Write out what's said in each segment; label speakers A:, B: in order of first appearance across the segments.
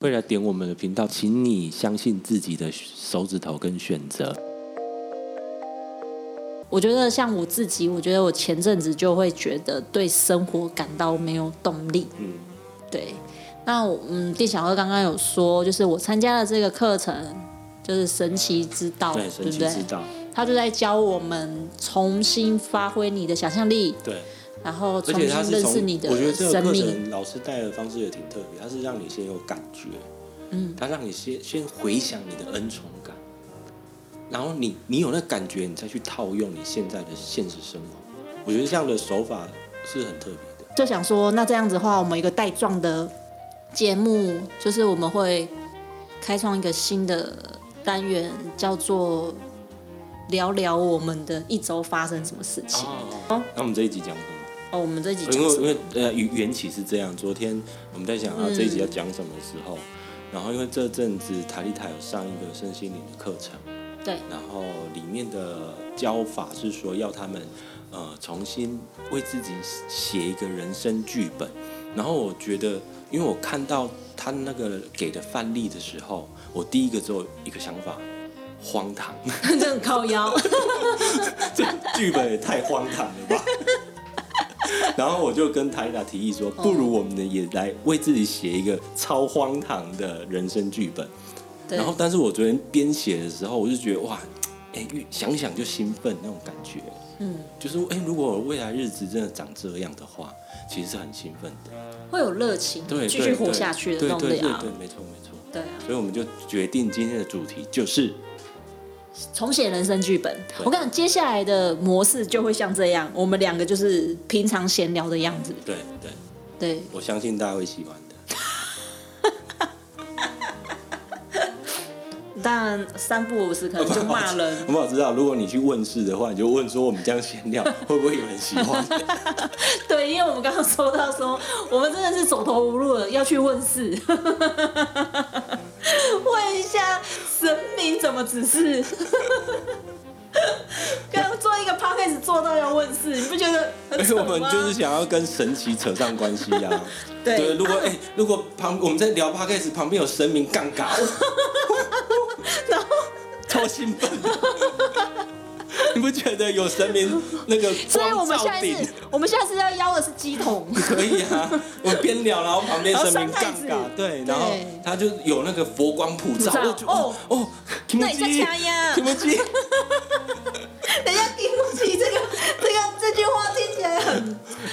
A: 为了点我们的频道，请你相信自己的手指头跟选择。
B: 我觉得像我自己，我觉得我前阵子就会觉得对生活感到没有动力。嗯，对。那我嗯，店小二刚刚有说，就是我参加了这个课程，就是神奇之道，
A: 对，
B: 对
A: 神
B: 不
A: 奇
B: 对？
A: 之道，
B: 他就在教我们重新发挥你的想象力，
A: 对，
B: 然后
A: 而
B: 重
A: 且
B: 新
A: 它是
B: 认识
A: 从
B: 你的
A: 我觉得这个
B: 生
A: 课
B: 命。
A: 程老师带的方式也挺特别，它是让你先有感觉，嗯，它让你先先回想你的恩宠感，然后你你有那感觉，你再去套用你现在的现实生活。我觉得这样的手法是很特别的。
B: 就想说，那这样子的话，我们一个带状的节目，就是我们会开创一个新的单元，叫做聊聊我们的一周发生什么事情。
A: 哦，那我们这一集讲什么？
B: 哦，我们这集
A: 因
B: 讲
A: 为
B: 什
A: 因
B: 么？
A: 为呃，原缘起是这样，昨天我们在想啊，这一集要讲什么时候，然后因为这阵子塔利塔有上一个身心灵的课程，
B: 对，
A: 然后里面的教法是说要他们呃重新为自己写一个人生剧本，然后我觉得，因为我看到他那个给的范例的时候，我第一个只有一个想法，荒唐。
B: 这很靠腰。
A: 这剧本也太荒唐了吧！然后我就跟塔丽达提议说，不如我们也来为自己写一个超荒唐的人生剧本。
B: 对
A: 然后，但是我昨天编写的时候，我就觉得哇，哎、越想想就兴奋那种感觉。嗯，就是哎、如果我未来日子真的长这样的话，其实是很兴奋的。
B: 会有热情，
A: 对，
B: 继续
A: 对
B: 活
A: 对
B: 下去的
A: 对
B: 动
A: 对
B: 力
A: 对对
B: 啊！
A: 对，没错没错。
B: 对啊，
A: 所以我们就决定今天的主题就是
B: 重写人生剧本。我跟你讲，接下来的模式就会像这样，我们两个就是平常闲聊的样子。
A: 对对，
B: 对，
A: 我相信大家会喜欢的。
B: 但三不五时可能就骂 人，
A: 我哦们好知道，如果你去问事的话，你就问说我们这样闲 聊会不会有人喜欢？
B: 对，因为我们刚刚说到说，我们真的是走投无路了，要去问事， 问一下神明怎么指示。刚做一个 podcast 做到要问事，你不觉得很
A: 而且
B: 扯
A: 哎我
B: 吗？
A: 们就是想要跟神奇扯上关系啊。
B: 对
A: 如果哎、如果旁我们在聊 podcast，旁边有神明杠杆，
B: 然后
A: 超兴奋的。你不觉得有神明那个
B: 所以我
A: 光
B: 们下
A: 照
B: 一
A: 顶
B: 次，我们下次要邀的是鸡桶，
A: 可以啊？我边聊，然后旁边神明杠
B: 然后
A: 杆
B: 哦上，
A: 对，然后
B: 对
A: 他就有那个佛光普照，
B: 普照
A: 我就哦哦，
B: 那你在掐呀
A: 提莫基，
B: 等一下听不起这个这个这句话听起来很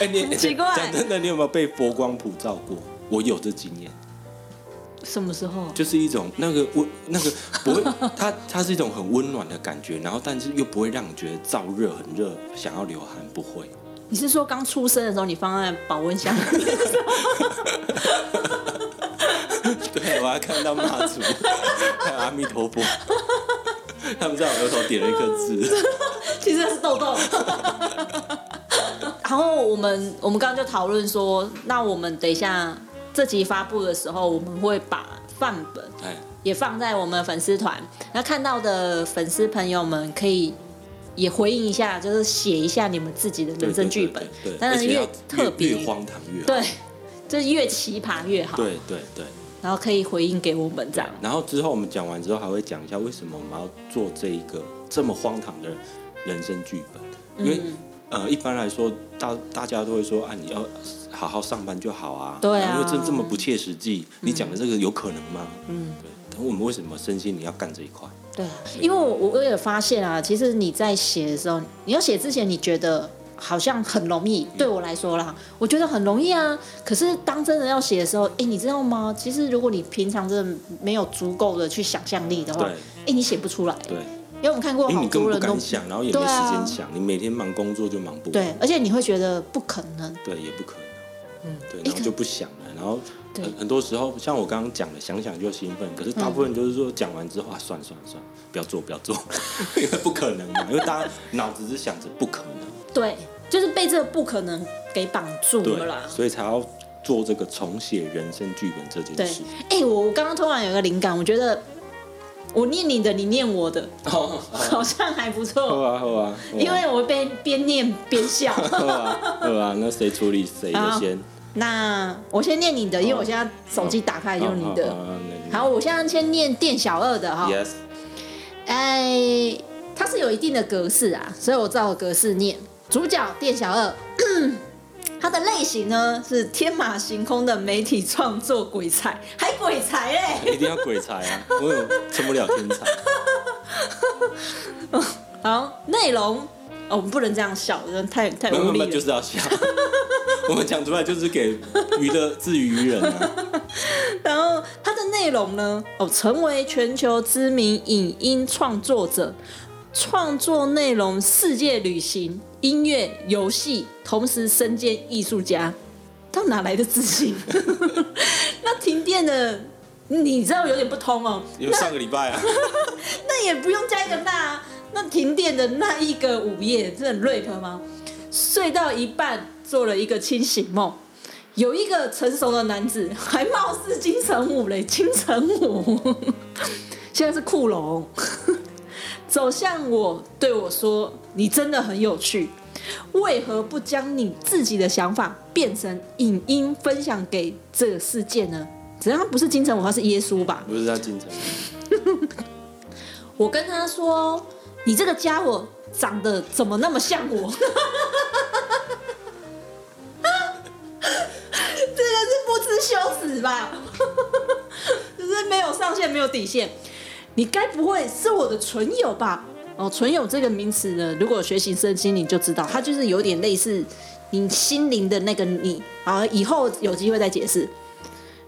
A: 哎、你哎
B: 奇怪
A: 讲真的，你有没有被佛光普照过？我有这经验，
B: 什么时候？啊
A: 就是一种那个温那个不会，它它是一种很温暖的感觉，然后但是又不会让你觉得燥热很热，想要流汗，不会。
B: 你是说刚出生的时候你放在保温箱里面？
A: 对，我还看到妈祖，还有阿弥陀佛，他们在我额头点了一颗 痣。
B: 其实是痘痘。 然后我们我们刚刚就讨论说，那我们等一下这集发布的时候，我们会把范本
A: 哎，
B: 也放在我们的粉丝团，那看到的粉丝朋友们可以也回应一下，就是写一下你们自己的
A: 对
B: 人生剧本
A: 对，对，
B: 当
A: 而
B: 然
A: 且要
B: 越特别
A: 越荒唐越好。
B: 对，就是越奇葩越好，
A: 对对对。
B: 然后可以回应给我们这样。
A: 然后之后我们讲完之后，还会讲一下为什么我们要做这一个这么荒唐的人生剧
B: 嗯
A: 本，因为、呃，一般来说，大大家都会说啊，你要好好上班就好啊，
B: 对啊
A: 然
B: 嗯
A: 后又这这么不切实际，你讲的这个有可能吗？嗯，对。但我们为什么身心你要干这一块？
B: 对啊，因为我我也发现啊，其实你在写的时候，你要写之前，你觉得好像很容易，对我来说啦，我觉得很容易啊。可是当真的要写的时候，哎，你知道吗？其实如果你平常真的没有足够的去想象力的话，哎，你写不出来。
A: 对，
B: 因为我们看过
A: 因为
B: 好
A: 你根
B: 多
A: 本
B: 人
A: 不
B: 都
A: 敢想，然后也
B: 对
A: 没
B: 啊
A: 时间想，你每天忙工作就忙不完，
B: 对，而且你会觉得不可能。
A: 对，也不可能，嗯，对，
B: 诶
A: 然后
B: 可
A: 就不想了，然后
B: 对
A: 很很多时候，像我刚刚讲的，想想就兴奋，可是大部分就是说讲完之后啊，算了算了算了，不要做不要做， 因为不可能 嘛，因为大家脑子是想着不可能，
B: 对，就是被这个不可能给绑住了啦
A: 对，。所以才要做这个重写人生剧本这件
B: 对
A: 事。，
B: 哎、我我刚刚突然有一个灵感，我觉得我念你的，你念我的，
A: 哦，
B: 好像还不错。
A: 好啊好啊，好啊
B: 因为我边边念边笑。
A: 好啊好啊，那谁处理谁的
B: 好
A: 先？
B: 那我先念你的，因为我现在手机打开就是你
A: 哦
B: 的。好，我现在先念店小二的哈。
A: ，Yes，
B: 哎，它是有一定的格式啊，所以我照格式念。主角店小二， 它的类型呢是天马行空的媒体创作鬼才，还鬼才嘞、
A: 一定要鬼才啊！我有 成不了天才，
B: 好，内容、哦、我们不能这样笑，真的太太
A: 没有
B: 无
A: 没
B: 理
A: 有
B: 了。
A: 就是要笑。 我们讲出来就是给娱乐至于于人啊，
B: 然后它的内容呢，哦，成为全球知名影音创作者，创作内容世界旅行、音乐、游戏，同时身兼艺术家，到哪来的自信？ 那停电的，你知道有点不通哦。
A: 因为上个礼拜啊，
B: 那也不用加一个那、啊，那停电的那一个午夜，这很 rape 吗？睡到一半做了一个清醒梦，有一个成熟的男子 还貌似金城武嘞，金城武， 现在是库龙， 走向我对我说：“你真的很有趣，为何不将你自己的想法变成影音分享给这个世界呢？”只要他不是金城武，他是耶稣吧？
A: 不是他进城，
B: 我跟他说：“你这个家伙长得怎么那么像我？” 这个是不知羞耻吧？ 就是没有上限，没有底线。你该不会是我的纯友吧？哦，纯友这个名词呢，如果学习身心灵就知道，它就是有点类似你心灵的那个你。好，以后有机会再解释。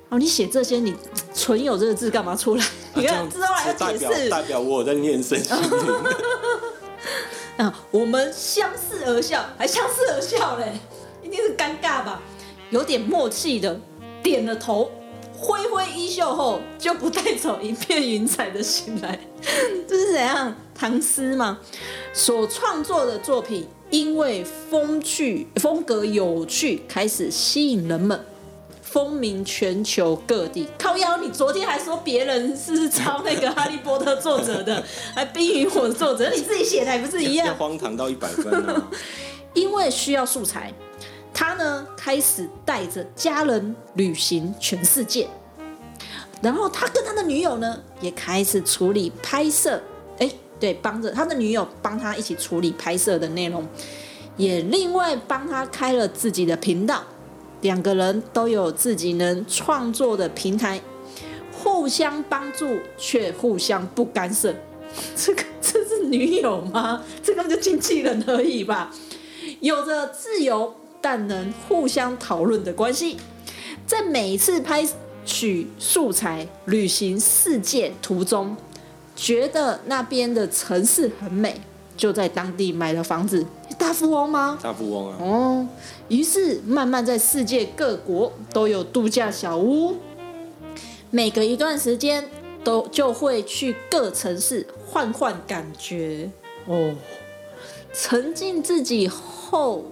B: 哦，你写这些，你纯友这个字干嘛出来？
A: 啊
B: 你
A: 这
B: 看
A: 样
B: 之后还要
A: 代
B: 解
A: 表
B: 释。
A: 代表我有在念身心灵，
B: 啊，我们相视而笑，还相视而笑嘞，一定是尴尬吧？有点默契的，点了头，挥挥衣袖后，就不带走一片云彩的醒来。 这是怎样？唐诗吗？所创作的作品因为风趣、风格有趣，开始吸引人们。风靡全球各地。靠腰，你昨天还说别人是抄那个《哈利波特》作者的，还《冰与火》作者，你自己写的还不是一
A: 要
B: 样
A: 要？荒唐到一百分啊！
B: 因为需要素材，他呢开始带着家人旅行全世界，然后他跟他的女友呢也开始处理拍摄，哎，对，帮着他的女友帮他一起处理拍摄的内容，也另外帮他开了自己的频道，两个人都有自己能创作的平台，互相帮助却互相不干涉。 这个这是女友吗？这根本就经纪人而已吧。有着自由但能互相讨论的关系，在每一次拍取素材、旅行世界途中，觉得那边的城市很美，就在当地买了房子。大富翁吗？
A: 大富翁啊，
B: 哦，于是慢慢在世界各国都有度假小屋，每隔一段时间都就会去各城市换换感觉哦，沉浸自己后，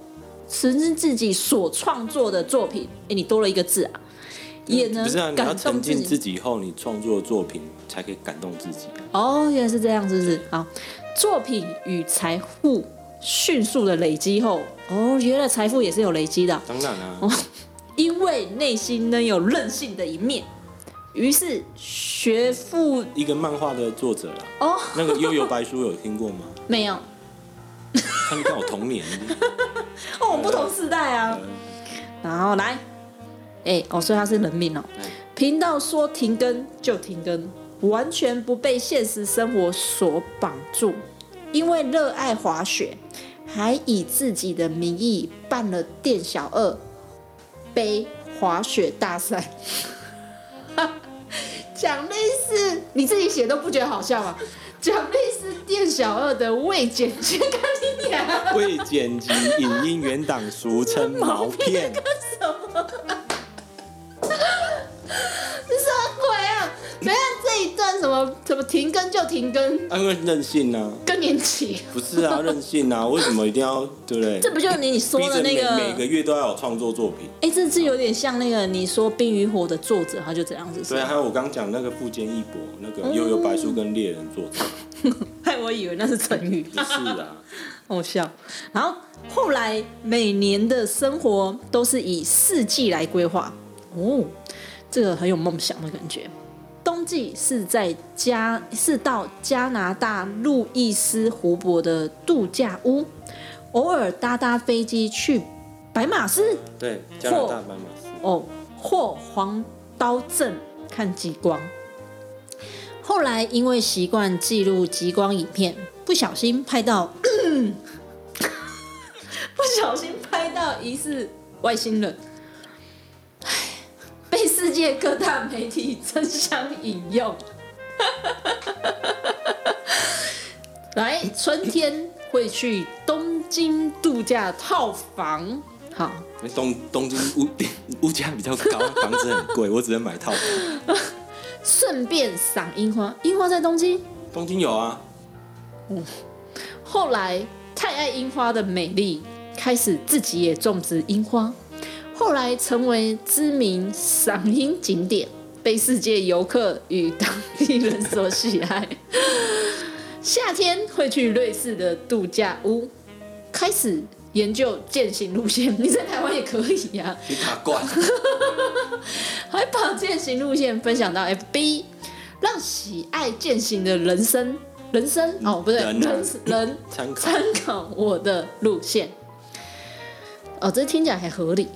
B: 沉浸自己所创作的作品。哎，你多了一个字啊，也能
A: 不是啊，你要
B: 感
A: 沉
B: 动
A: 浸
B: 己
A: 自己以后，你创作作品才可以感动自己。
B: 哦，原来是这样，是不是？好，作品与财富迅速的累积后，哦，原来财富也是有累积的啊、
A: 当然啊，
B: 因为内心能有任性的一面，于是学富
A: 一个漫画的作者啦，啊
B: 哦
A: 那个悠悠白书有听过吗？
B: 没有
A: 他们跟我同年，
B: 哦，我们不同时代啊
A: 呃。
B: 然后来，哎哦，所以他是人命哦
A: 嗯。
B: 频道说停更就停更，完全不被现实生活所绑住，因为热爱滑雪，还以自己的名义办了店小二杯滑雪大赛。 奖励是你自己写都不觉得好笑吗？奖励是店小二的未剪接，看你俩
A: 未剪辑影音原档，俗称毛片。
B: 这什么鬼啊？等一下这一段什么么怎么停更就停更，
A: 啊，因为任性啊，
B: 更年期，
A: 不是啊，任性 啊，为什么一定要对不对？
B: 这不就是你说
A: 逼
B: 的
A: 着
B: 那
A: 每
B: 个？
A: 每个月都要有创作作品。
B: 哎、这是有点像那个你说《冰与火》的作者，他就这样子
A: 对
B: 说
A: 啊，。还有我刚讲那个富坚义博，那
B: 嗯
A: 个悠悠白书跟猎人作者，
B: 害我以为那是成语，
A: 不是啊，
B: 好笑。然后后来每年的生活都是以四季来规划，哦，这个很有梦想的感觉。冬季是在加是到加拿大路易斯湖泊的度假屋，偶尔搭搭飞机去白马寺
A: 对，加拿大斑马寺，
B: 哦，或黄刀镇看极光。后来因为习惯记录极光影片，不小心拍到， 不小心拍到疑似外星人，唉，被世界各大媒体争相引用。来，春天会去东京度假套房，好，
A: 因为东东京物物价比较 高，房子很贵，我只能买套房。
B: 顺便赏樱花，樱花在东京。
A: 东京有啊，
B: 后来太爱樱花的美丽，开始自己也种植樱花，后来成为知名赏樱景点，被世界游客与当地人所喜爱。夏天会去瑞士的度假屋，开始研究践行路线。你在台湾也可以啊呀、
A: 去打怪，
B: 还把践行路线分享到 FB，让喜爱践行的人生人生哦，不对，
A: 人
B: 人
A: 啊
B: 人
A: 参考
B: 参考我的路线。哦，这听起来还合理。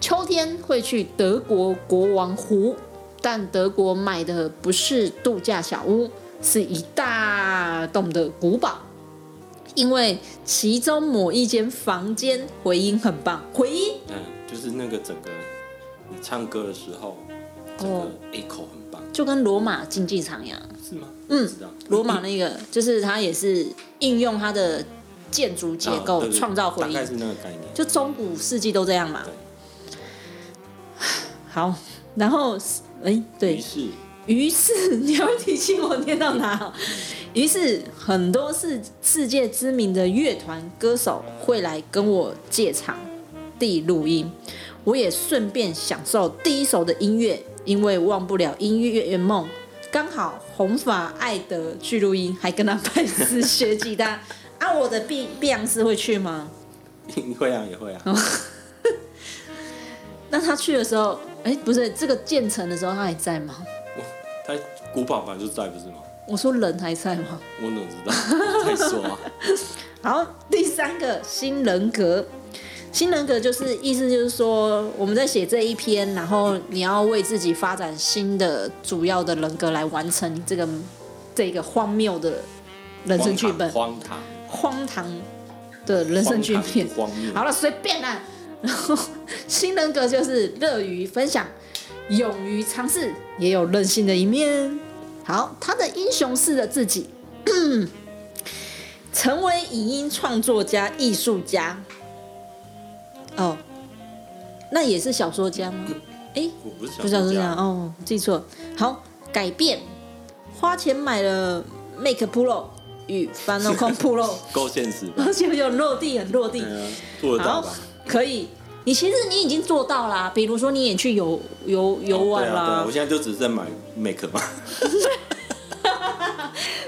B: 秋天会去德国国王湖，但德国买的不是度假小屋，是一大栋的古堡。因为其中某一间房间回音很棒，回音
A: 嗯，就是那个整个你唱歌的时候，整个
B: 哦
A: echo 很棒，
B: 就跟罗马竞技场一样。
A: 是吗？
B: 嗯
A: 不知道
B: 罗马那个，就是它也是应用它的建筑结
A: 啊
B: 构
A: 对对
B: 创造回
A: 大概
B: 应，
A: 是那个概念。
B: 就中古世纪都这样嘛
A: 对。
B: 好，然后哎，
A: 于
B: 对，
A: 是
B: 于是你还会提醒我念到哪哦？于是很多世世界知名的乐团歌手会来跟我借场地录音，我也顺便享受第一首的音乐，因为忘不了音乐梦。刚好红发艾德去录音，还跟他拜师学吉他。啊，我的碧碧昂斯会去吗？
A: 会啊，也会
B: 嗯
A: 啊，
B: 那他去的时候，哎，不是这个建成的时候，他还在吗？
A: 他古堡本来就在不是吗？
B: 我说人还在吗？
A: 我哪知 道？再说啊，
B: 好，第三个新人格，新人格就是意思就是说，我们在写这一篇，然后你要为自己发展新的主要的人格来完成你这个这个荒谬的人生剧本，
A: 荒唐，
B: 荒唐的人生剧本。
A: 荒唐荒谬。
B: 好了，随便啦。然后新人格就是乐于分享，勇于尝试，也有任性的一面。好，他的英雄式的自己，嗯成为影音创作家、艺术家。哦，那也是小说家吗？哎、
A: 我不是小
B: 不是小
A: 说
B: 说
A: 家
B: 家，哦，记错了。好，改变，花钱买了 Make Pro 与 Final c o n Pro，
A: 够现实吧？
B: 而且有落地，很落地。
A: 嗯，做得到
B: 好
A: 吧？，
B: 可以。你其实你已经做到啦，比如说你也去游游游玩
A: 对啊对啊
B: 啦
A: 我，现在就只剩买 make 嘛，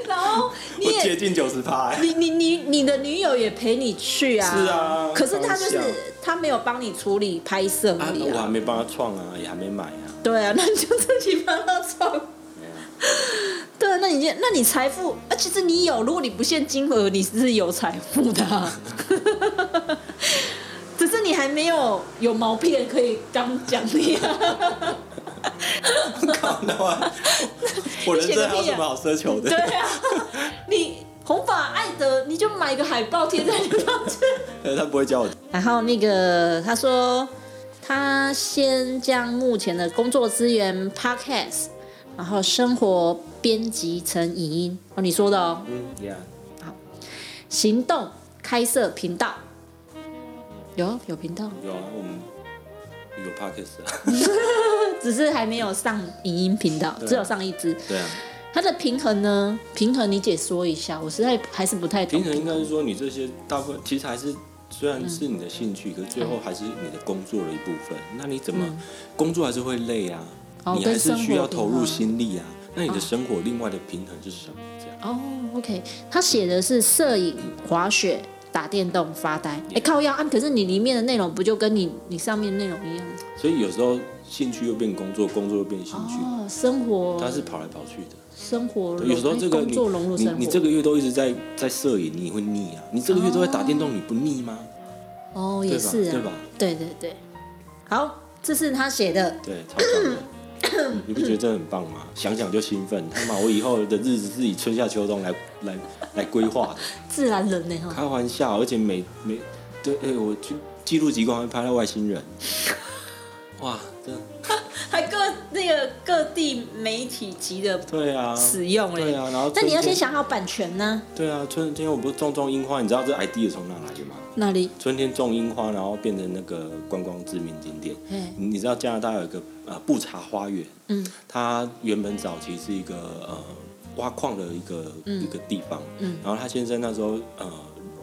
B: 然后你
A: 我接
B: 也
A: 近九十趴。欸
B: 你你你你的女友也陪你去啊，
A: 是啊
B: 可是她就是
A: 当下
B: 她没有帮你处理拍摄
A: 啊
B: 而，已
A: 我
B: 啊，
A: 还没帮他创啊，也还没买 啊。
B: 对啊，那你就自己帮她创。
A: 对啊
B: 对啊，那你那你财富，啊，其实你有，如果你不限金额，你是有财富的啊、 只是你还没有有毛片可以当奖励啊。
A: 靠，那我我人生还有什么好奢求的
B: 对？啊，你红发艾德，你就买个海报贴在你房间。
A: 他不会教我。
B: 然后那个他说，他先将目前的工作资源 podcast，然后生活编辑成影音。哦，你说的哦，
A: 嗯，Yeah，
B: 行动开设频道。有有频道，
A: 有啊，我们有 podcast 啊。
B: 只是还没有上影音频道，
A: 对啊
B: 只有上一支。
A: 对啊，
B: 它的平衡呢？平衡你解说一下，我实在还是不太懂。
A: 平衡应该是说你这些大部分其实还是虽然是你的兴趣，可是最后还是你的工作的一部分。那你怎么、
B: 嗯
A: 工作还是会累啊？
B: 哦
A: 你
B: 跟
A: 还是
B: 生活
A: 需要
B: 平
A: 投入
B: 衡
A: 心力啊。那你的
B: 哦
A: 生活另外的平衡是什么？这样
B: 哦，OK，他写的是摄影、滑雪、打电动、发呆。哎、靠腰啊！可是你里面的内容不就跟你你上面内容一样？
A: 所以有时候兴趣又变工作，工作又变兴趣，
B: 哦，生活
A: 它是跑来跑去的。
B: 生活
A: 对有时候这个
B: 哎工
A: 你
B: 作融入
A: 你
B: 生活，
A: 你这个月都一直在在摄影，你也会腻啊。你这个月都在打电动，你不腻吗？
B: 哦
A: 对
B: 也
A: 吧？
B: 是啊，
A: 对吧？
B: 对对对，好，这是他写的。
A: 对，超棒的。你不觉得这很棒 吗？想想就兴奋。他妈，我以后的日子是以春夏秋冬来来来规划的。
B: 自然人呢哈，
A: 开玩笑，而且每每对，哎、我去记录极光还拍到外星 人。哇，这
B: 还各那个各地媒体级的
A: 对啊，
B: 使用哎、
A: 对啊。然后
B: 但你要
A: 春天
B: 先，想好版权呢、
A: 对啊，春天我不是种种樱花，你知道这 idea 从哪来的吗？
B: 那里？
A: 春天种樱花，然后变成那个观光知名景点。
B: 哎，
A: 你知道加拿大有一个呃布查花园，
B: 嗯
A: 它原本早期是一个呃挖矿的一个、
B: 嗯
A: 一个地方，
B: 嗯
A: 然后他先生那时候呃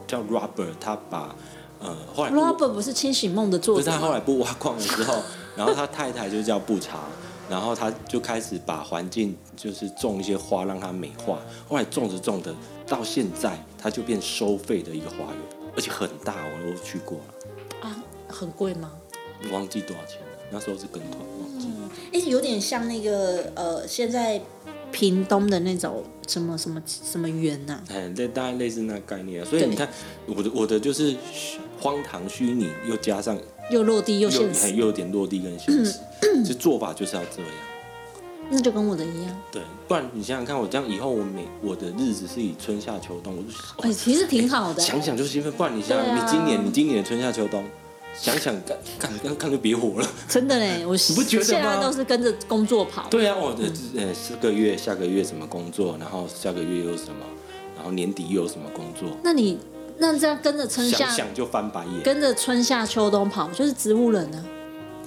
A: 叫 Robert，他把呃后来不
B: ，Robert 不是《清醒梦》的
A: 不
B: 作
A: 是
B: 者
A: 他
B: 吗，
A: 后来不挖矿了之后， 然后他太太就叫布查，然后他就开始把环境就是种一些花让它美化，后来种着种着，到现在它就变收费的一个花园，而且很大，我都去过了，
B: 啊，很贵吗？
A: 忘记多少钱了，那时候是跟团忘记了。
B: 哎、有点像那个呃，现在屏东的那种什么什么什么园啊呐、
A: 嗯，这大概类似那个概念啊，所以
B: 对
A: 你看，我的我的就是虚荒唐虚拟，又加上
B: 又落地又
A: 又
B: 现
A: 嘿
B: 实，
A: 又有哎点落地跟现实，这做法就是要这样。
B: 那就跟我的一样。
A: 对，不然你想想看，我这样以后我每我的日子是以春夏秋冬，我就
B: 哎、
A: 哦
B: 其实挺好的、
A: 想想就兴奋。不然你想想，
B: 对啊
A: 你今年你今年的春夏秋冬，想想干干干干就别活了。
B: 真的嘞，我你
A: 哎不觉得吗
B: 现在都是跟着工作跑，
A: 对啊，我的呃这个月下个月什么工作，然后下个月又什么，然后年底又有什么工作，
B: 那你那这样跟着春夏
A: 想想就翻白眼。
B: 跟着春夏秋冬跑，就是植物人啊，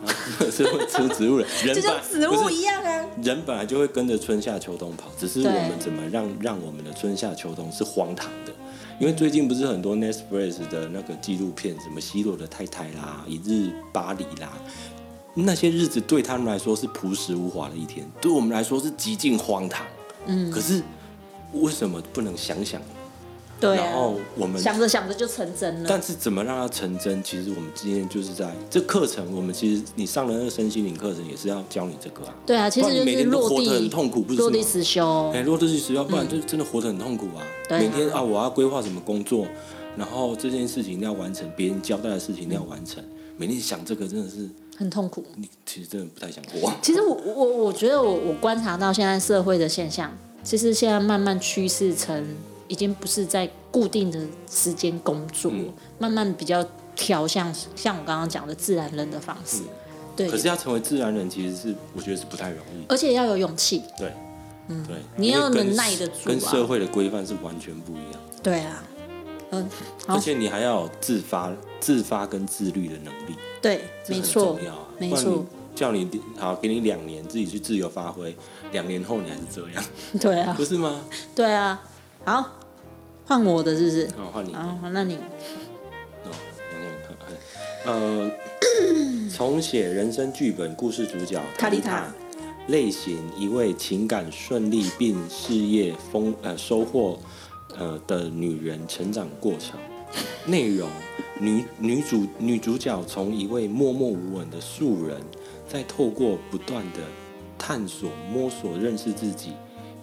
A: 是会吃植物人，人
B: 就
A: 本来
B: 像植
A: 不
B: 物
A: 是
B: 一样啊。
A: 人本来就会跟着春夏秋冬跑，只是我
B: 对
A: 们怎么让让我们的春夏秋冬是荒唐的。因为最近不是很多 Netflix 的那个纪录片，什么希洛的太太啦，一日巴黎啦，那些日子对他们来说是朴实无华的一天，对我们来说是极尽荒唐。嗯，可是为什么不能想想？
B: 对
A: 然
B: 啊
A: 后，我们
B: 想着想着就成真了。
A: 但是怎么让它成真？其实我们今天就是在这课程，我们其实你上了那个身心灵课程，也是要教你这个啊。
B: 对啊，其
A: 不
B: 实
A: 然你每
B: 就是
A: 天都
B: 落
A: 活得
B: 地
A: 很痛苦，不是
B: 落地
A: 吗
B: 实修
A: 哎、。落地实要不然就真的活得很痛苦啊。
B: 嗯对啊
A: 每天啊，我要规划什么工作，然后这件事情一定要完成，别人交代的事情一定要完成。每天想这个真的是，
B: 很痛苦。
A: 你其实真的不太想活。
B: 其实我我我觉得我我观察到现在社会的现象，其实现在慢慢趋势成已经不是在固定的时间工作，
A: 嗯
B: 慢慢比较调向像我刚刚讲的自然人的方式，对
A: 嗯可，是要成为自然人，其实是我觉得是不太容易。
B: 而且要有勇气，
A: 对，对，
B: 呃嗯你
A: 因为
B: 要
A: 跟
B: 能耐得住啊
A: 跟社会的规范是完全不一样。
B: 对啊，嗯，好
A: 而且你还要有自发、自发跟自律的能力，
B: 对，
A: 这
B: 没
A: 很
B: 错
A: 重要啊，。
B: 没
A: 不然
B: 错
A: 你，叫你好，给你两年自己去自由发挥，两年后你还是这样，
B: 对啊
A: 不，是吗？
B: 对啊，好，换我的是不是？
A: 那我换你，
B: 好，那你
A: 哦，想想看，哎呃， 重写人生剧本，故事主角
B: 塔
A: 丽
B: 利塔，
A: 类型一位情感顺利并事业丰呃收获呃的女人成长过程，内容女女主女主角从一位默默无闻的素人，再透过不断的探索、摸索、认识自己，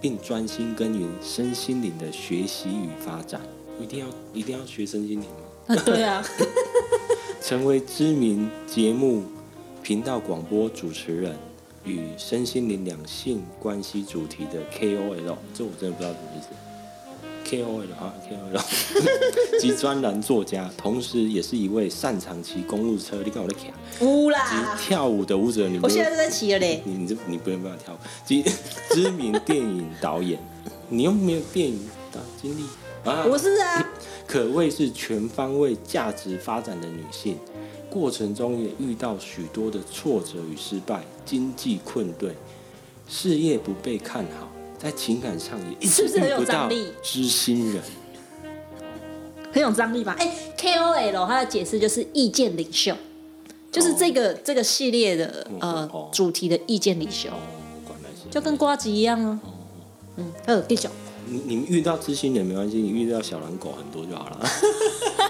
A: 并专心耕耘身心灵的学习与发展。一定要一定要学身心灵吗？
B: 啊， 对 啊，
A: 成为知名节目频道广播主持人与身心灵两性关系主题的 KOL，这我真的不知道什么意思。KOL 啊，KOL 及专栏作家，同时也是一位擅长骑公路车，你看我的卡
B: 污啦
A: 及，跳舞的舞者，你不
B: 啊我现在就在骑了嘞，
A: 你你这你不能办法跳舞及知名电影导演，你又没有电影的经历啊？
B: 不是啊。
A: 可谓是全方位价值发展的女性，过程中也遇到许多的挫折与失败，经济困顿，事业不被看好，在情感上也一直
B: 是不是很
A: 遇
B: 有
A: 不
B: 张
A: 到
B: 力
A: 知心人。
B: 很有张力吧？哎、k o l 它的解释就是意见领袖，就是这个、这个系列的呃、
A: 哦
B: 主题的意见领袖，
A: 哦，管那些，
B: 就跟瓜吉一样啊。嗯，呃，第九，
A: 你你们遇到知心人没关系，你遇到小狼狗很多就 好了，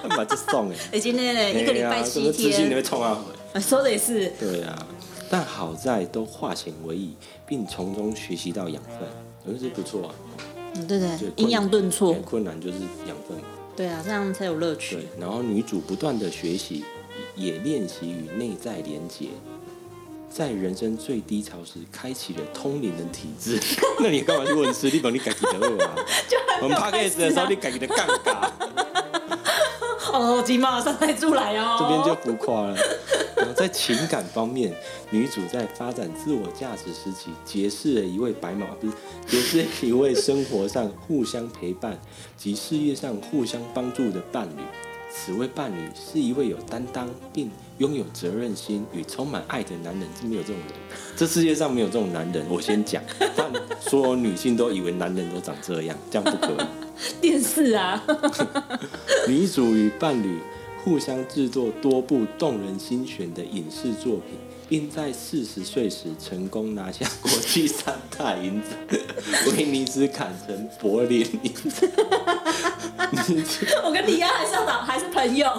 A: 把这送哎。
B: 哎，今天呢，一个礼
A: 哎
B: 拜
A: 呀什
B: 七
A: 么知心你
B: 天
A: 会，痛啊？
B: 哎说的也是，
A: 对啊，但好在都化险为夷，并从中学习到养分，我觉得不错啊。
B: 嗯，对对
A: 对，
B: 阴阳顿挫
A: 哎，困难就是养分嘛。
B: 对啊，这样才有乐趣
A: 对。，然后女主不断的学习，也练习与内在连接，在人生最低潮时开启了通灵的体质。 那你干嘛去问吃？你把你改己的饿啊！ 我们 p a c
B: 啊
A: a s 的时候，你改己的杠杆，
B: 哦，金马上来出来哦，
A: 这边就浮夸了。然后在情感方面，女主在发展自我价值时期，结识了一位白马，不是结识了一位生活上互相陪伴及事业上互相帮助的伴侣。此位伴侣是一位有担当并拥有责任心与充满爱的男人，是没有这种人，这世界上没有这种男人。我先讲，但所有女性都以为男人都长这样，这样不可以。
B: 电视啊，
A: 女主与伴侣互相制作多部动人心弦的影视作品，并在四十岁时成功拿下国际三大银奖：威尼斯、坎城、柏林影展。
B: 我跟李安还是校长还是朋友，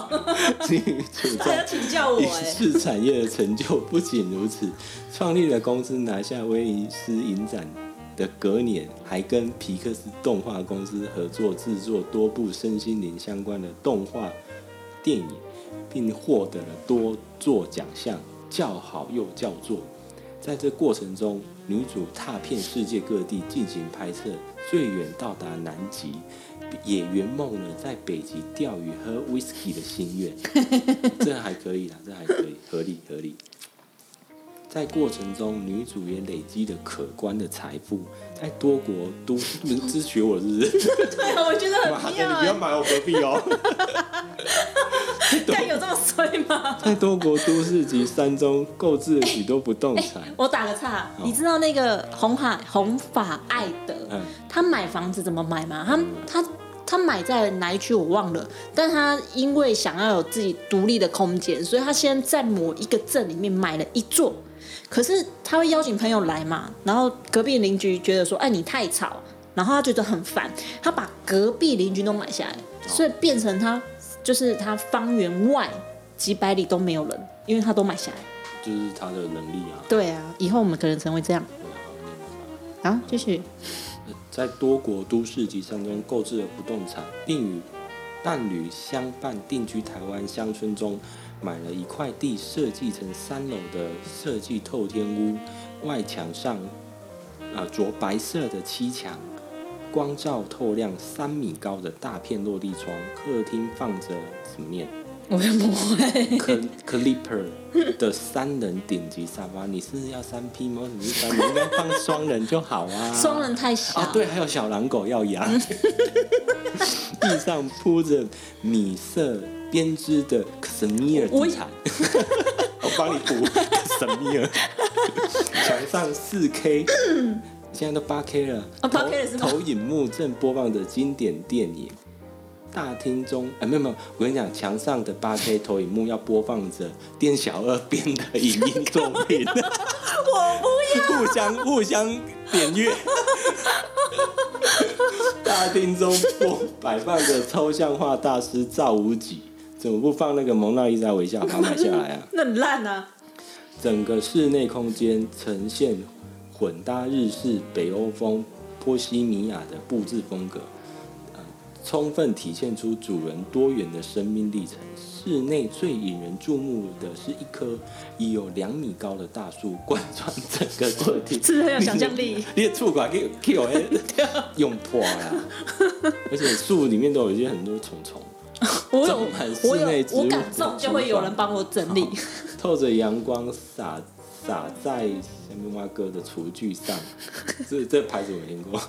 A: 女主
B: 还要
A: 在
B: 请教我
A: 影
B: 哎，
A: 视产业的成就不仅如此，创立了公司拿下威尼斯影展的隔年，还跟皮克斯动画公司合作制作多部身心灵相关的动画电影，并获得了多座奖项，叫好又叫座。在这过程中，女主踏遍世界各地进行拍摄，最远到达南极，也圆梦了在北极钓鱼喝 whisky 的心愿。这还可以啦，这还可以，合理合理。在过程中，女主也累积了可观的财富，在多国都你们支持我是不是？
B: 对啊，我觉得
A: 妈的，
B: 很
A: 你
B: 妙
A: 不要
B: 哎，
A: 买我隔壁哦。
B: 但有这么衰吗？
A: 在多国都市及山中购置了许多不动产，
B: 我打个岔，你知道那个红海红发艾德，
A: 嗯
B: 他买房子怎么买吗？他他他买在哪一区我忘了，但他因为想要有自己独立的空间，所以他先在某一个镇里面买了一座。可是他会邀请朋友来嘛，然后隔壁邻居觉得说，哎，你太吵，然后他觉得很烦，他把隔壁邻居都买下来，所以变成他就是他方圆外几百里都没有人，因为他都买下来。
A: 就是他的能力啊。
B: 对啊，以后我们可能成为这样。好，继续。
A: 在多国都市及山中购置了不动产，并与伴侣相伴定居台湾乡村中，买了一块地，设计成三楼的设计透天屋，外墙上啊着白色的漆墙，光照透亮三米高的大片落地窗，客厅放着怎么 念？
B: 我也不会，
A: Cl- Clipper 的三人顶级沙发，你是要三匹吗？你是 三，你应该放双人就好啊。
B: 双人太小。
A: 啊，对，还有小狼狗要养。 地上铺着米色编织的克什米尔地毯， 我帮你补克什米尔。墙上四 K，现在都八 K 了，
B: 哦 8K 了是吗
A: 投影幕正播放着经典电影。大厅中，啊，没有没有，我跟你讲，墙上的八 K 投影幕要播放着店小二编的影音作品，
B: 我不要。
A: 互相互相点 阅。大厅中播摆放着抽象画大师赵无极，怎么不放那个蒙娜丽莎微笑把它买下来啊？
B: 那很烂啊！
A: 整个室内空间呈现混搭日式、北欧风、波西米亚的布置风格，呃充分体现出主人多元的生命历程。室内最引人注目的是一棵已有两米高的大树，贯穿整个客 厅，
B: 是不是很有想象 力？
A: 你的触感给给 我哎用破啦，而且树里面都有一些很多虫啊虫。
B: 我有
A: 种满，室
B: 我
A: 内
B: 有，
A: 植物
B: 我敢种就会有人帮我整理。
A: 透着阳光洒洒在下面蛙哥的厨具上， 这这牌子我没听过。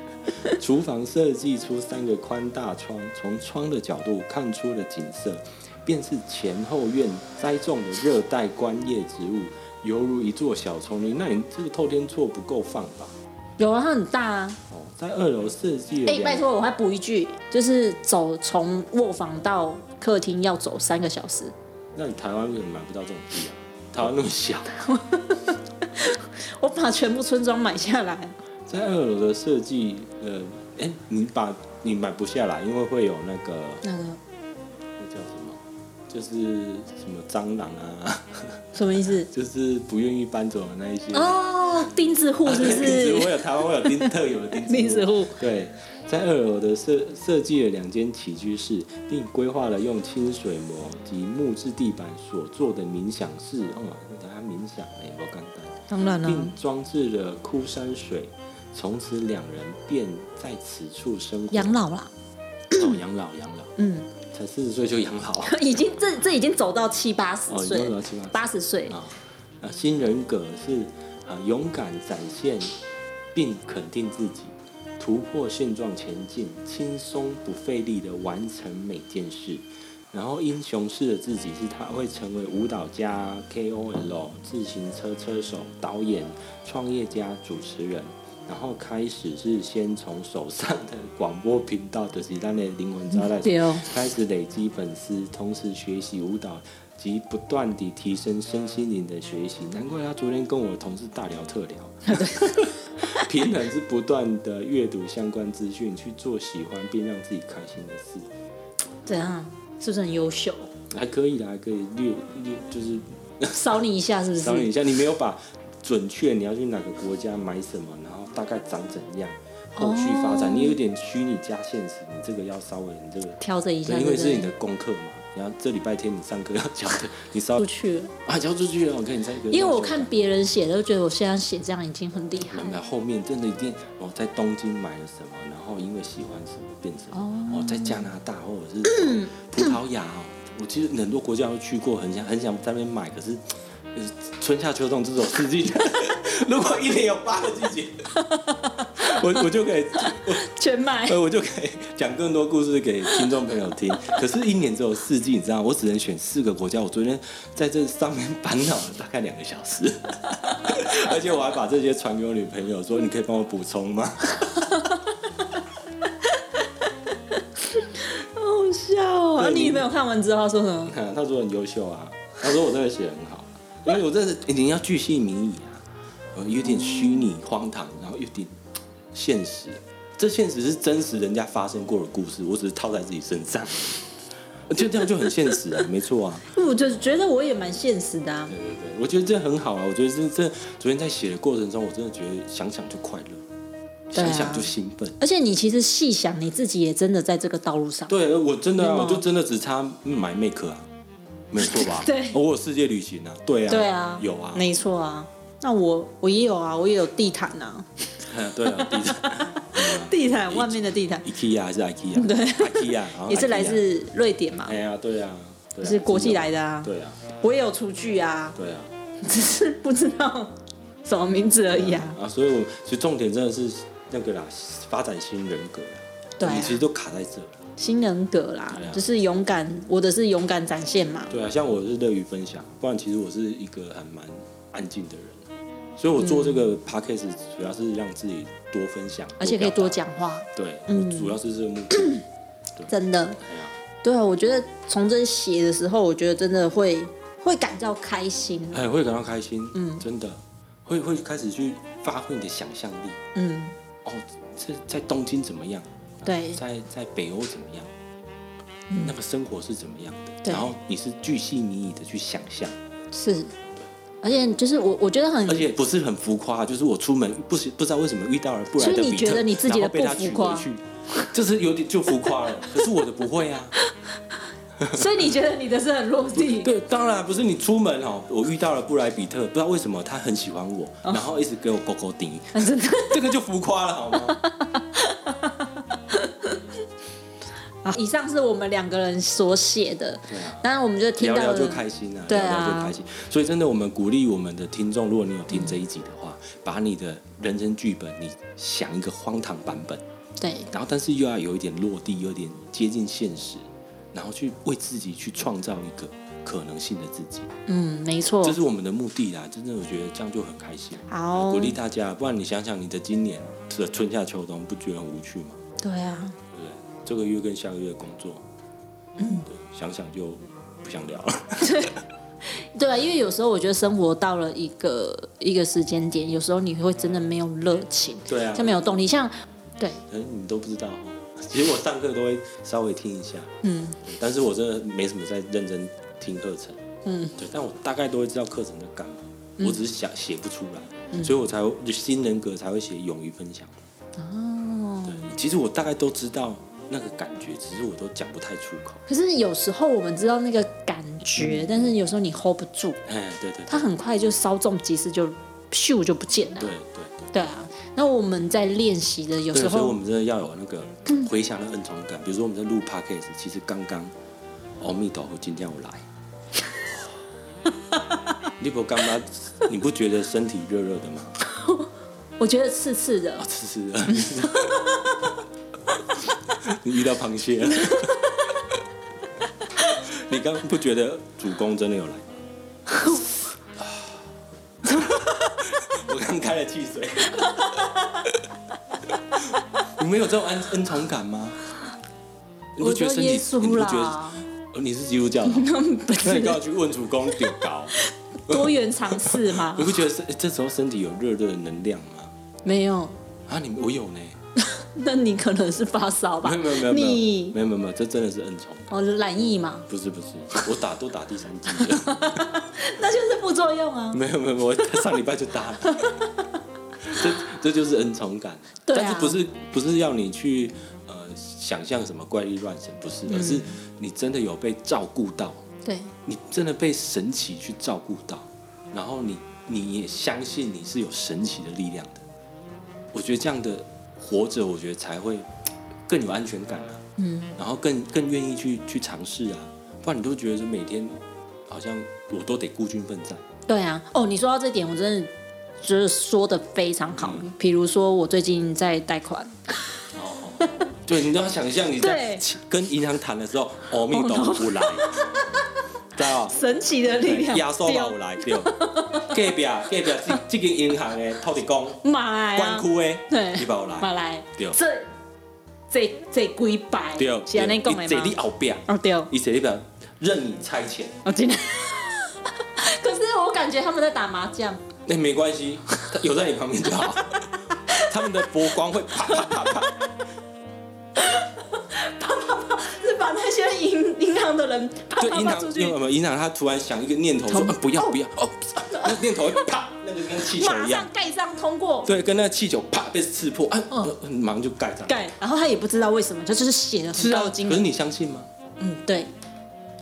A: 厨房设计出三个宽大窗，从窗的角度看出了景色，便是前后院栽种的热带观叶植物，犹如一座小丛林。那你这个透天错不够放吧？
B: 有啊，它很大啊。
A: 哦，在二楼设计了
B: 哎、
A: 两
B: 拜托，我还补一句，就是走从卧房到客厅要走三个小时。
A: 那你台湾为什么买不到这种地啊？台湾那么小，
B: 我把全部村庄买下来，
A: 在二楼的设计，呃，哎、你把你买不下来，因为会有那个
B: 那个
A: 那叫什么，就是什么蟑螂啊，
B: 什么意思？
A: 就是不愿意搬走的那一些。
B: 哦，钉子户是
A: 啊
B: 不
A: 钉子我
B: 是？
A: 有台湾，我有钉特有的钉子户
B: 钉子户，
A: 对，在二楼的设设计了两间起居室，并规划了用清水膜及木质地板所做的冥想室。哦，大家冥想哎，我简单。
B: 当然了、啊
A: 并装置了枯山水，从此两人便在此处生活。
B: 养老啦，
A: 老养老养老，
B: 嗯，
A: 才四十岁就养老
B: 已经这这已经走到七八十
A: 哦，
B: 岁
A: 养，老七八
B: 八十岁，
A: 啊啊！新人格是啊，勇敢展现并肯定自己，突破现状前进，轻松不费力的完成每件事。然后英雄式的自己是他会成为舞蹈家、KOL、自行车车手、导演、创业家、主持人。然后开始是先从手上的广播频道，就是咱的灵魂招待所
B: 对哦，
A: 开始累积粉丝，同时学习舞蹈及不断地提升身心灵的学习。难怪他昨天跟我同事大聊特聊。平衡是不断的阅读相关资讯，去做喜欢并让自己开心的事，
B: 怎样？啊是不是很优秀？
A: 还可以的，还可以略略就是
B: 烧你一下是不
A: 商量一
B: 是？
A: 下，你没有把准确你要去哪个国家买什么，然后大概长怎样，后续发展，
B: 哦
A: 你有点虚拟加现实，你这个要稍微你这个
B: 调整一下，
A: 对，因为是
B: 对
A: 你
B: 不对
A: 的功课嘛，然后这礼拜天你上课要 交的，你稍
B: 出
A: 微
B: 去了，
A: 啊交出去了，我看你再一个。
B: 因为我看别人写的，都觉得我现在写这样已经很厉害
A: 那
B: 了。
A: 后面真的一定，我、在东京买了什么，然后因为喜欢什么变成哦在加拿大或者
B: 嗯
A: 是葡萄牙哦，我其实很多国家都去过，很想很想在那边买，可是呃春夏秋冬这种四季， 如果一年有八个季节， 我我就可以
B: 全买
A: 呃所以我就可以讲更多故事给听众朋友听。可是，一年只有四季，你知道，我只能选四个国家。我昨天在这上面 烦恼了大概两个小时， 而且我还把这些传给我女朋友，说你可以帮我补充吗？
B: 好笑哦！啊
A: 对
B: 你
A: 你
B: 女朋友看完之后她说什么？
A: 她说很优秀啊，她说我真的写得很好，啊因为我真的一定要巨细靡遗啊，呃有点虚拟荒唐，然后有点现实。这现实是真实人家发生过的故事，我只是套在自己身上， 就这样就很现实啊，没错啊。
B: 我就觉得我也蛮现实的啊，
A: 对对对，我觉得这很好啊！我觉得这这昨天在写的过程中，我真的觉得想想就快乐，
B: 对啊
A: 想想就兴奋。
B: 而且你其实细想，你自己也真的在这个道路上。
A: 对，我真的、啊，
B: 真的
A: 我
B: 吗？
A: 就真的只差买 make 啊，没错吧
B: 对
A: 哦我有世界旅行啊，对啊，
B: 对啊，
A: 有啊，
B: 没错啊。那我我也有啊，我也有地毯啊，
A: 对啊，地 址
B: 地毯外面的地毯
A: IKEA 还是 IKEA，
B: 对
A: ，IKEA 然后
B: 也是来
A: IKEA
B: 自瑞典嘛
A: 哎，呀，对啊，对啊
B: 是国际来的啊。
A: 对啊，
B: 我也有厨具啊，
A: 对 啊，
B: 只是不知道什么名字而已啊。
A: 啊，所以我其实重点真的是那个啦，发展新人格啦，
B: 对啊
A: 你其实都卡在这了。
B: 新人格啦
A: 对啊，
B: 就是勇敢，我的是勇敢展现嘛。
A: 对啊，像我是乐于分享，不然其实我是一个还蛮安静的人，所以我做这个 podcast 主要是让自己多分享，
B: 嗯而且可以
A: 表
B: 多
A: 达。
B: 讲嗯话，
A: 对，我主要是这个目的。
B: 真的。
A: 哎呀，
B: 对啊，我觉得从这写的时候，我觉得真的会会感到开心。
A: 哎，会感到开心，嗯，真的，会会开始去发挥你的想象力。
B: 嗯，
A: 哦，这在东京怎么样？
B: 对嗯
A: 在在北欧怎么样？那个生活是怎么样的？
B: 对
A: 然后你是巨细靡遗的去想象，
B: 嗯是。而且就是我，我觉得 很
A: 而且不是很浮夸，就是我出门不是不知道为什么遇到了布莱德
B: 所以你
A: 比特，
B: 觉得你自己
A: 然
B: 的
A: 后被他
B: 不浮
A: 娶回
B: 夸
A: 去，就是有点就浮夸了。可是我的不会 啊，
B: 所以你觉得你的是很落地？
A: 对，当然不是你出门哦，我遇到了布莱比特，不知道为什么他很喜欢我，然后一直给我勾勾顶，
B: 哦 啊真的
A: 这个就浮夸了好 吗？
B: 啊！以上是我们两个人所写的，
A: 对啊。
B: 当然我们就听
A: 聊
B: 到
A: 聊
B: 了
A: 就开心啊，
B: 对啊
A: 聊聊就开心。所以真的，我们鼓励我们的听众，如果你有听这一集的话，把你的人生剧本，你想一个荒唐版本，
B: 对
A: 然后但是又要有一点落地，有点接近现实，然后去为自己去创造一个可能性的自己，
B: 嗯，没错
A: 这，是我们的目的啦。真的，我觉得这样就很开心，
B: 好
A: 鼓，励大家。不然你想想，你的今年是春夏秋冬，不觉得很无趣吗？
B: 对啊，
A: 对不对？这个月跟下个月的工作，嗯，对，想想就不想聊了。
B: 对啊，因为有时候我觉得生活到了一个一个时间点，有时候你会真的没有热情，
A: 对啊
B: 就，没有动力。像
A: 可能你都不知道哦。其实我上课都会稍微听一下，
B: 嗯
A: 对但是我真的没什么在认真听课程，
B: 嗯，
A: 对，但我大概都会知道课程在干嘛，我只是想写不出
B: 嗯
A: 来，所以我才会就新人格才会写勇于分享。
B: 哦，
A: 对，其实我大概都知道那个感觉，只是我都讲不太出口。
B: 可是有时候我们知道那个感
A: 嗯
B: 觉，但是有时候你 hold 不住，
A: 哎，对对对
B: 它很快就稍纵即逝，就咻就不见了。
A: 对对
B: 对啊，那我们在练习的有
A: 对，
B: 时
A: 所以我
B: 候，
A: 们真的要有那个回想的恩宠感。比如说我们在录 podcast，其实刚刚阿弥陀佛今天我来， 你不干嘛？你不觉得身体热热的吗？
B: 我觉得刺刺的
A: 啊，，吃吃的。你遇到螃蟹 了。你刚不觉得主公真的有来？ 我刚开了汽水。 你们有这种恩恩宠感吗？你不
B: 我
A: 觉
B: 说
A: 得身体？
B: 耶
A: 你
B: 稣
A: 不觉得？
B: 啦，
A: 哦你是基督教 的哦？那你刚好去问主公顶高，
B: 多元尝 试嘛
A: 你，不觉得身这时候身体有热热的能量吗？
B: 没有，
A: 啊，你我有呢。
B: 那你可能是发烧吧？
A: 没有没有没有没有
B: 你
A: 没有没有没有，这真的是恩宠，
B: 哦懒意嘛，
A: 不是不是，我打都打第三季了，
B: 那就是副作用啊。
A: 没有没有，我上礼拜就打了，这这就是恩宠感，
B: 对啊
A: 但是不是不是要你去呃想象什么怪力乱神，不是，而是你真的有被照顾到，
B: 对，
A: 你真的被神奇去照顾到，然后你你也相信你是有神奇的力量的，我觉得这样的活着，我觉得才会更有安全感啊。
B: 嗯，
A: 然后更更愿意去去尝试啊，不然你都觉得每天好像我都得孤军奋战。
B: 对啊。哦，你说到这点，我真的就是说的非常好。比如说，我最近在贷款，
A: 哦，对，你都要想象你在
B: 对
A: 跟银行谈的时 候，哦阿弥陀佛来，知道吧？
B: 神奇的 力量，
A: 耶稣老
B: 对
A: 来 对，隔壁隔壁这这间银行的土地公，
B: 马来
A: 关
B: 啊，
A: 区的，
B: 对
A: 你把我来
B: 马，来，
A: 对
B: 这这这几百，
A: 对，
B: 是安尼讲
A: 他
B: 的
A: 坐你
B: 吗？
A: 后边，
B: 哦对，
A: 伊坐你边任你差遣，
B: 我真的。 可是我感觉他们在打麻将，
A: 那没关系，他有在你旁边就 好，他们的佛光会啪啪啪啪。
B: 是把那些银银行的人啪
A: 就
B: 啪
A: 银
B: 啪
A: 行
B: 出，去
A: 因为，我们银行他突然想一个念头说，
B: 头
A: 啊、不要不要哦，啊那念头会啪，那个跟气球
B: 马
A: 一样
B: 上，盖上通过，
A: 对，跟那个气球啪被刺破，啊，呃马上就盖上。
B: 盖，然后他也不知道为什么，他就是写了很
A: 是
B: 高
A: 啊，
B: 的金
A: 可
B: 额
A: 是，你相信吗？
B: 嗯，对，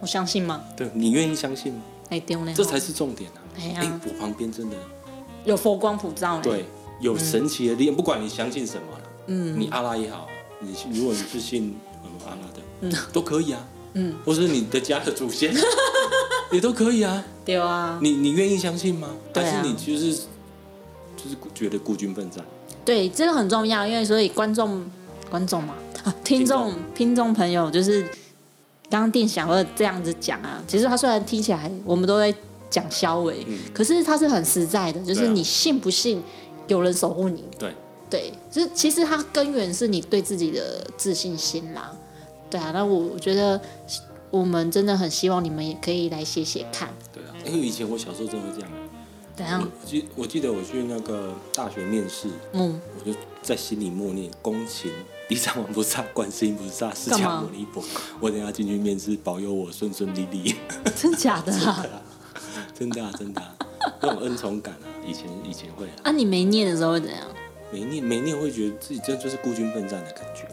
B: 我相信吗？
A: 对，你愿意相信吗？
B: 哎丢呢，
A: 这才是重点啊！
B: 哎呀
A: 我旁边真的
B: 有佛光普照呢。
A: 对有
B: 嗯
A: 神奇的力量，不管你相信什么了，嗯，你阿拉也好，你信如果你是信嗯阿拉的，嗯，都可以啊，
B: 嗯，
A: 或是你的家的祖 先也都可以啊，
B: 对啊，
A: 你你愿意相信吗？
B: 对
A: 但
B: 啊
A: 是你就是就是觉得孤军奋战。
B: 对，这个很重要，因为所以观众观众嘛 啊，听众听众朋友就是刚刚店小二这样子讲啊，其实他虽然听起来我们都在讲肖伟，
A: 嗯
B: 可是他是很实在的，就是
A: 对啊
B: 你信不信有人守护你，
A: 对，
B: 对，就是其实它根源是你对自己的自信心啦。对啊，那我我觉得我们真的很希望你们也可以来写写看，
A: 对啊，因为以前我小时候真的会这样。啊
B: 怎样？
A: 我记我记得我去那个大学面试，
B: 嗯，
A: 我就在心里默念“恭请地藏王菩萨、观世音菩萨、释
B: 干
A: 迦
B: 嘛
A: 牟尼佛”，我等一下进去面试，保佑我顺顺利利。
B: 真假的啊？
A: 真的啊，真 的啊，那种恩宠感啊，以前以前会啊，
B: 啊，你没念的时候会怎样？
A: 没念没念会觉得自己真的就是孤军奋战的感觉，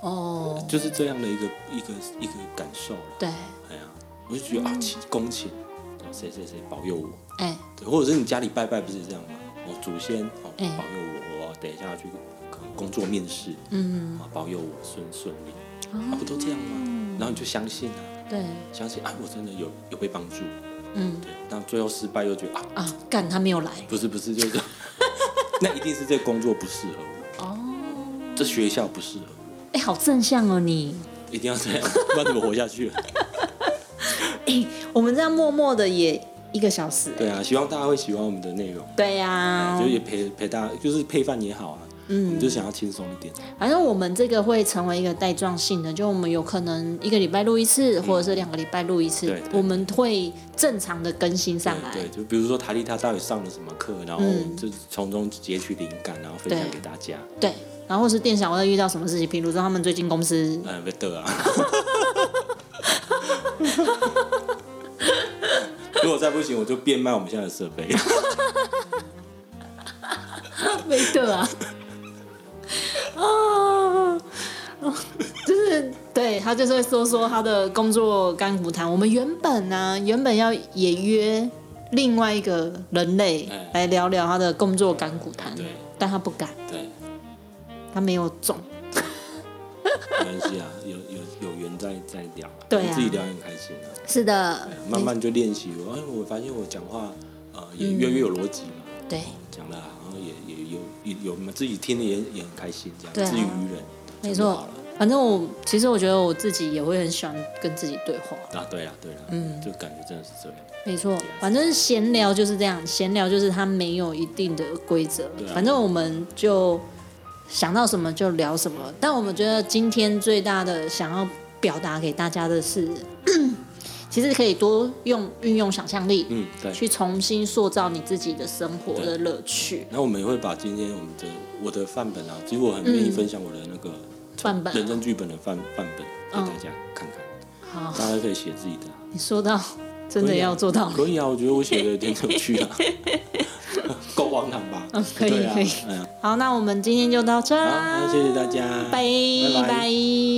B: 哦，
A: 就是这样的一个一个一个感受了。
B: 对，
A: 哎呀，我就觉
B: 嗯
A: 得啊，请恭请谁谁谁保佑我。
B: 哎，
A: 对，或者是你家里拜拜不是这样吗？我祖先哦保
B: 哎
A: 佑我，我哦等一下去可能工作面试，
B: 嗯，
A: 啊保佑我顺顺利，啊
B: 哦
A: 不都这样吗？然后你就相信啊，
B: 对，
A: 相信啊我真的有有被帮助，
B: 嗯
A: 对，但最后失败又觉得啊
B: 啊，干他没有来
A: 不是不是 就是，那一定是这工作不适合我，
B: 哦，
A: 这学校不适合我，
B: 哎，好正向哦你，
A: 啊一定要这样，不然怎么活下去？
B: 哎，我们这样默默的也一个小时、哎
A: 对啊，希望大家会喜欢我们的内容，
B: 对呀、啊，
A: 就也陪陪大家，就是配饭也好啊，我们
B: 嗯，
A: 就想要轻松一点。
B: 反正我们这个会成为一个带状性的，就我们有可能一个礼拜录一次，或者是两个礼拜录一次
A: 嗯对对，
B: 我们会正常的更新上来。
A: 对，对就比如说塔利他到底上了什么课，然后
B: 嗯
A: 我们就从中截取灵感，然后分享
B: 对
A: 给大家。
B: 对，然后或是店小二遇到什么事情，比如说他们最近公司
A: 嗯，不得 啊！ 如果再不行，我就变卖我们现在的设 备。
B: 没 得啊，啊，就是对他就是会说说他的工作甘苦谈。我们原本呢、原本要也约另外一个人类
A: 哎
B: 来聊聊他的工作甘苦谈
A: 对，
B: 但他不敢，
A: 对，
B: 他没有中。
A: 没关系啊，有有有缘再再聊啊。
B: 对啊
A: 我们自己聊也很开心啊。
B: 是的，
A: 慢慢就练习。我哎，我发现我讲话呃也越来越有逻辑嘛，
B: 对
A: 讲了，然后也也有也有自己听的也也很开心，这
B: 对啊
A: 样自娱于人，
B: 没
A: 这样就
B: 错
A: 好了。
B: 反正我其实我觉得我自己也会很喜欢跟自己对话。
A: 啊，对了对了，嗯，就感觉真的是这样。
B: 没错，反正闲聊就是这样，闲聊就是它没有一定的规则，
A: 对啊
B: 反正我们就想到什么就聊什么。但我们觉得今天最大的想要表达给大家的是， 其实可以多用运用想象力，
A: 嗯，对。
B: 去重新塑造你自己的生活的乐趣。
A: 那我们也会把今天我们的我的范本啊，其实我很愿意分享我的那个
B: 范本啊
A: 人生剧本的范范本给大家看看，
B: 好，
A: 大家可以写自己的啊、
B: 你说到真的
A: 可以啊
B: 要做到，
A: 可以啊，我觉得我写的有点有趣啊， 够荒唐 吧？
B: 哦可以
A: 对啊
B: 可以，
A: 嗯，
B: 好，那我们今天就到这
A: 好，那
B: 儿，
A: 谢谢大家，
B: 拜
A: 拜拜
B: 拜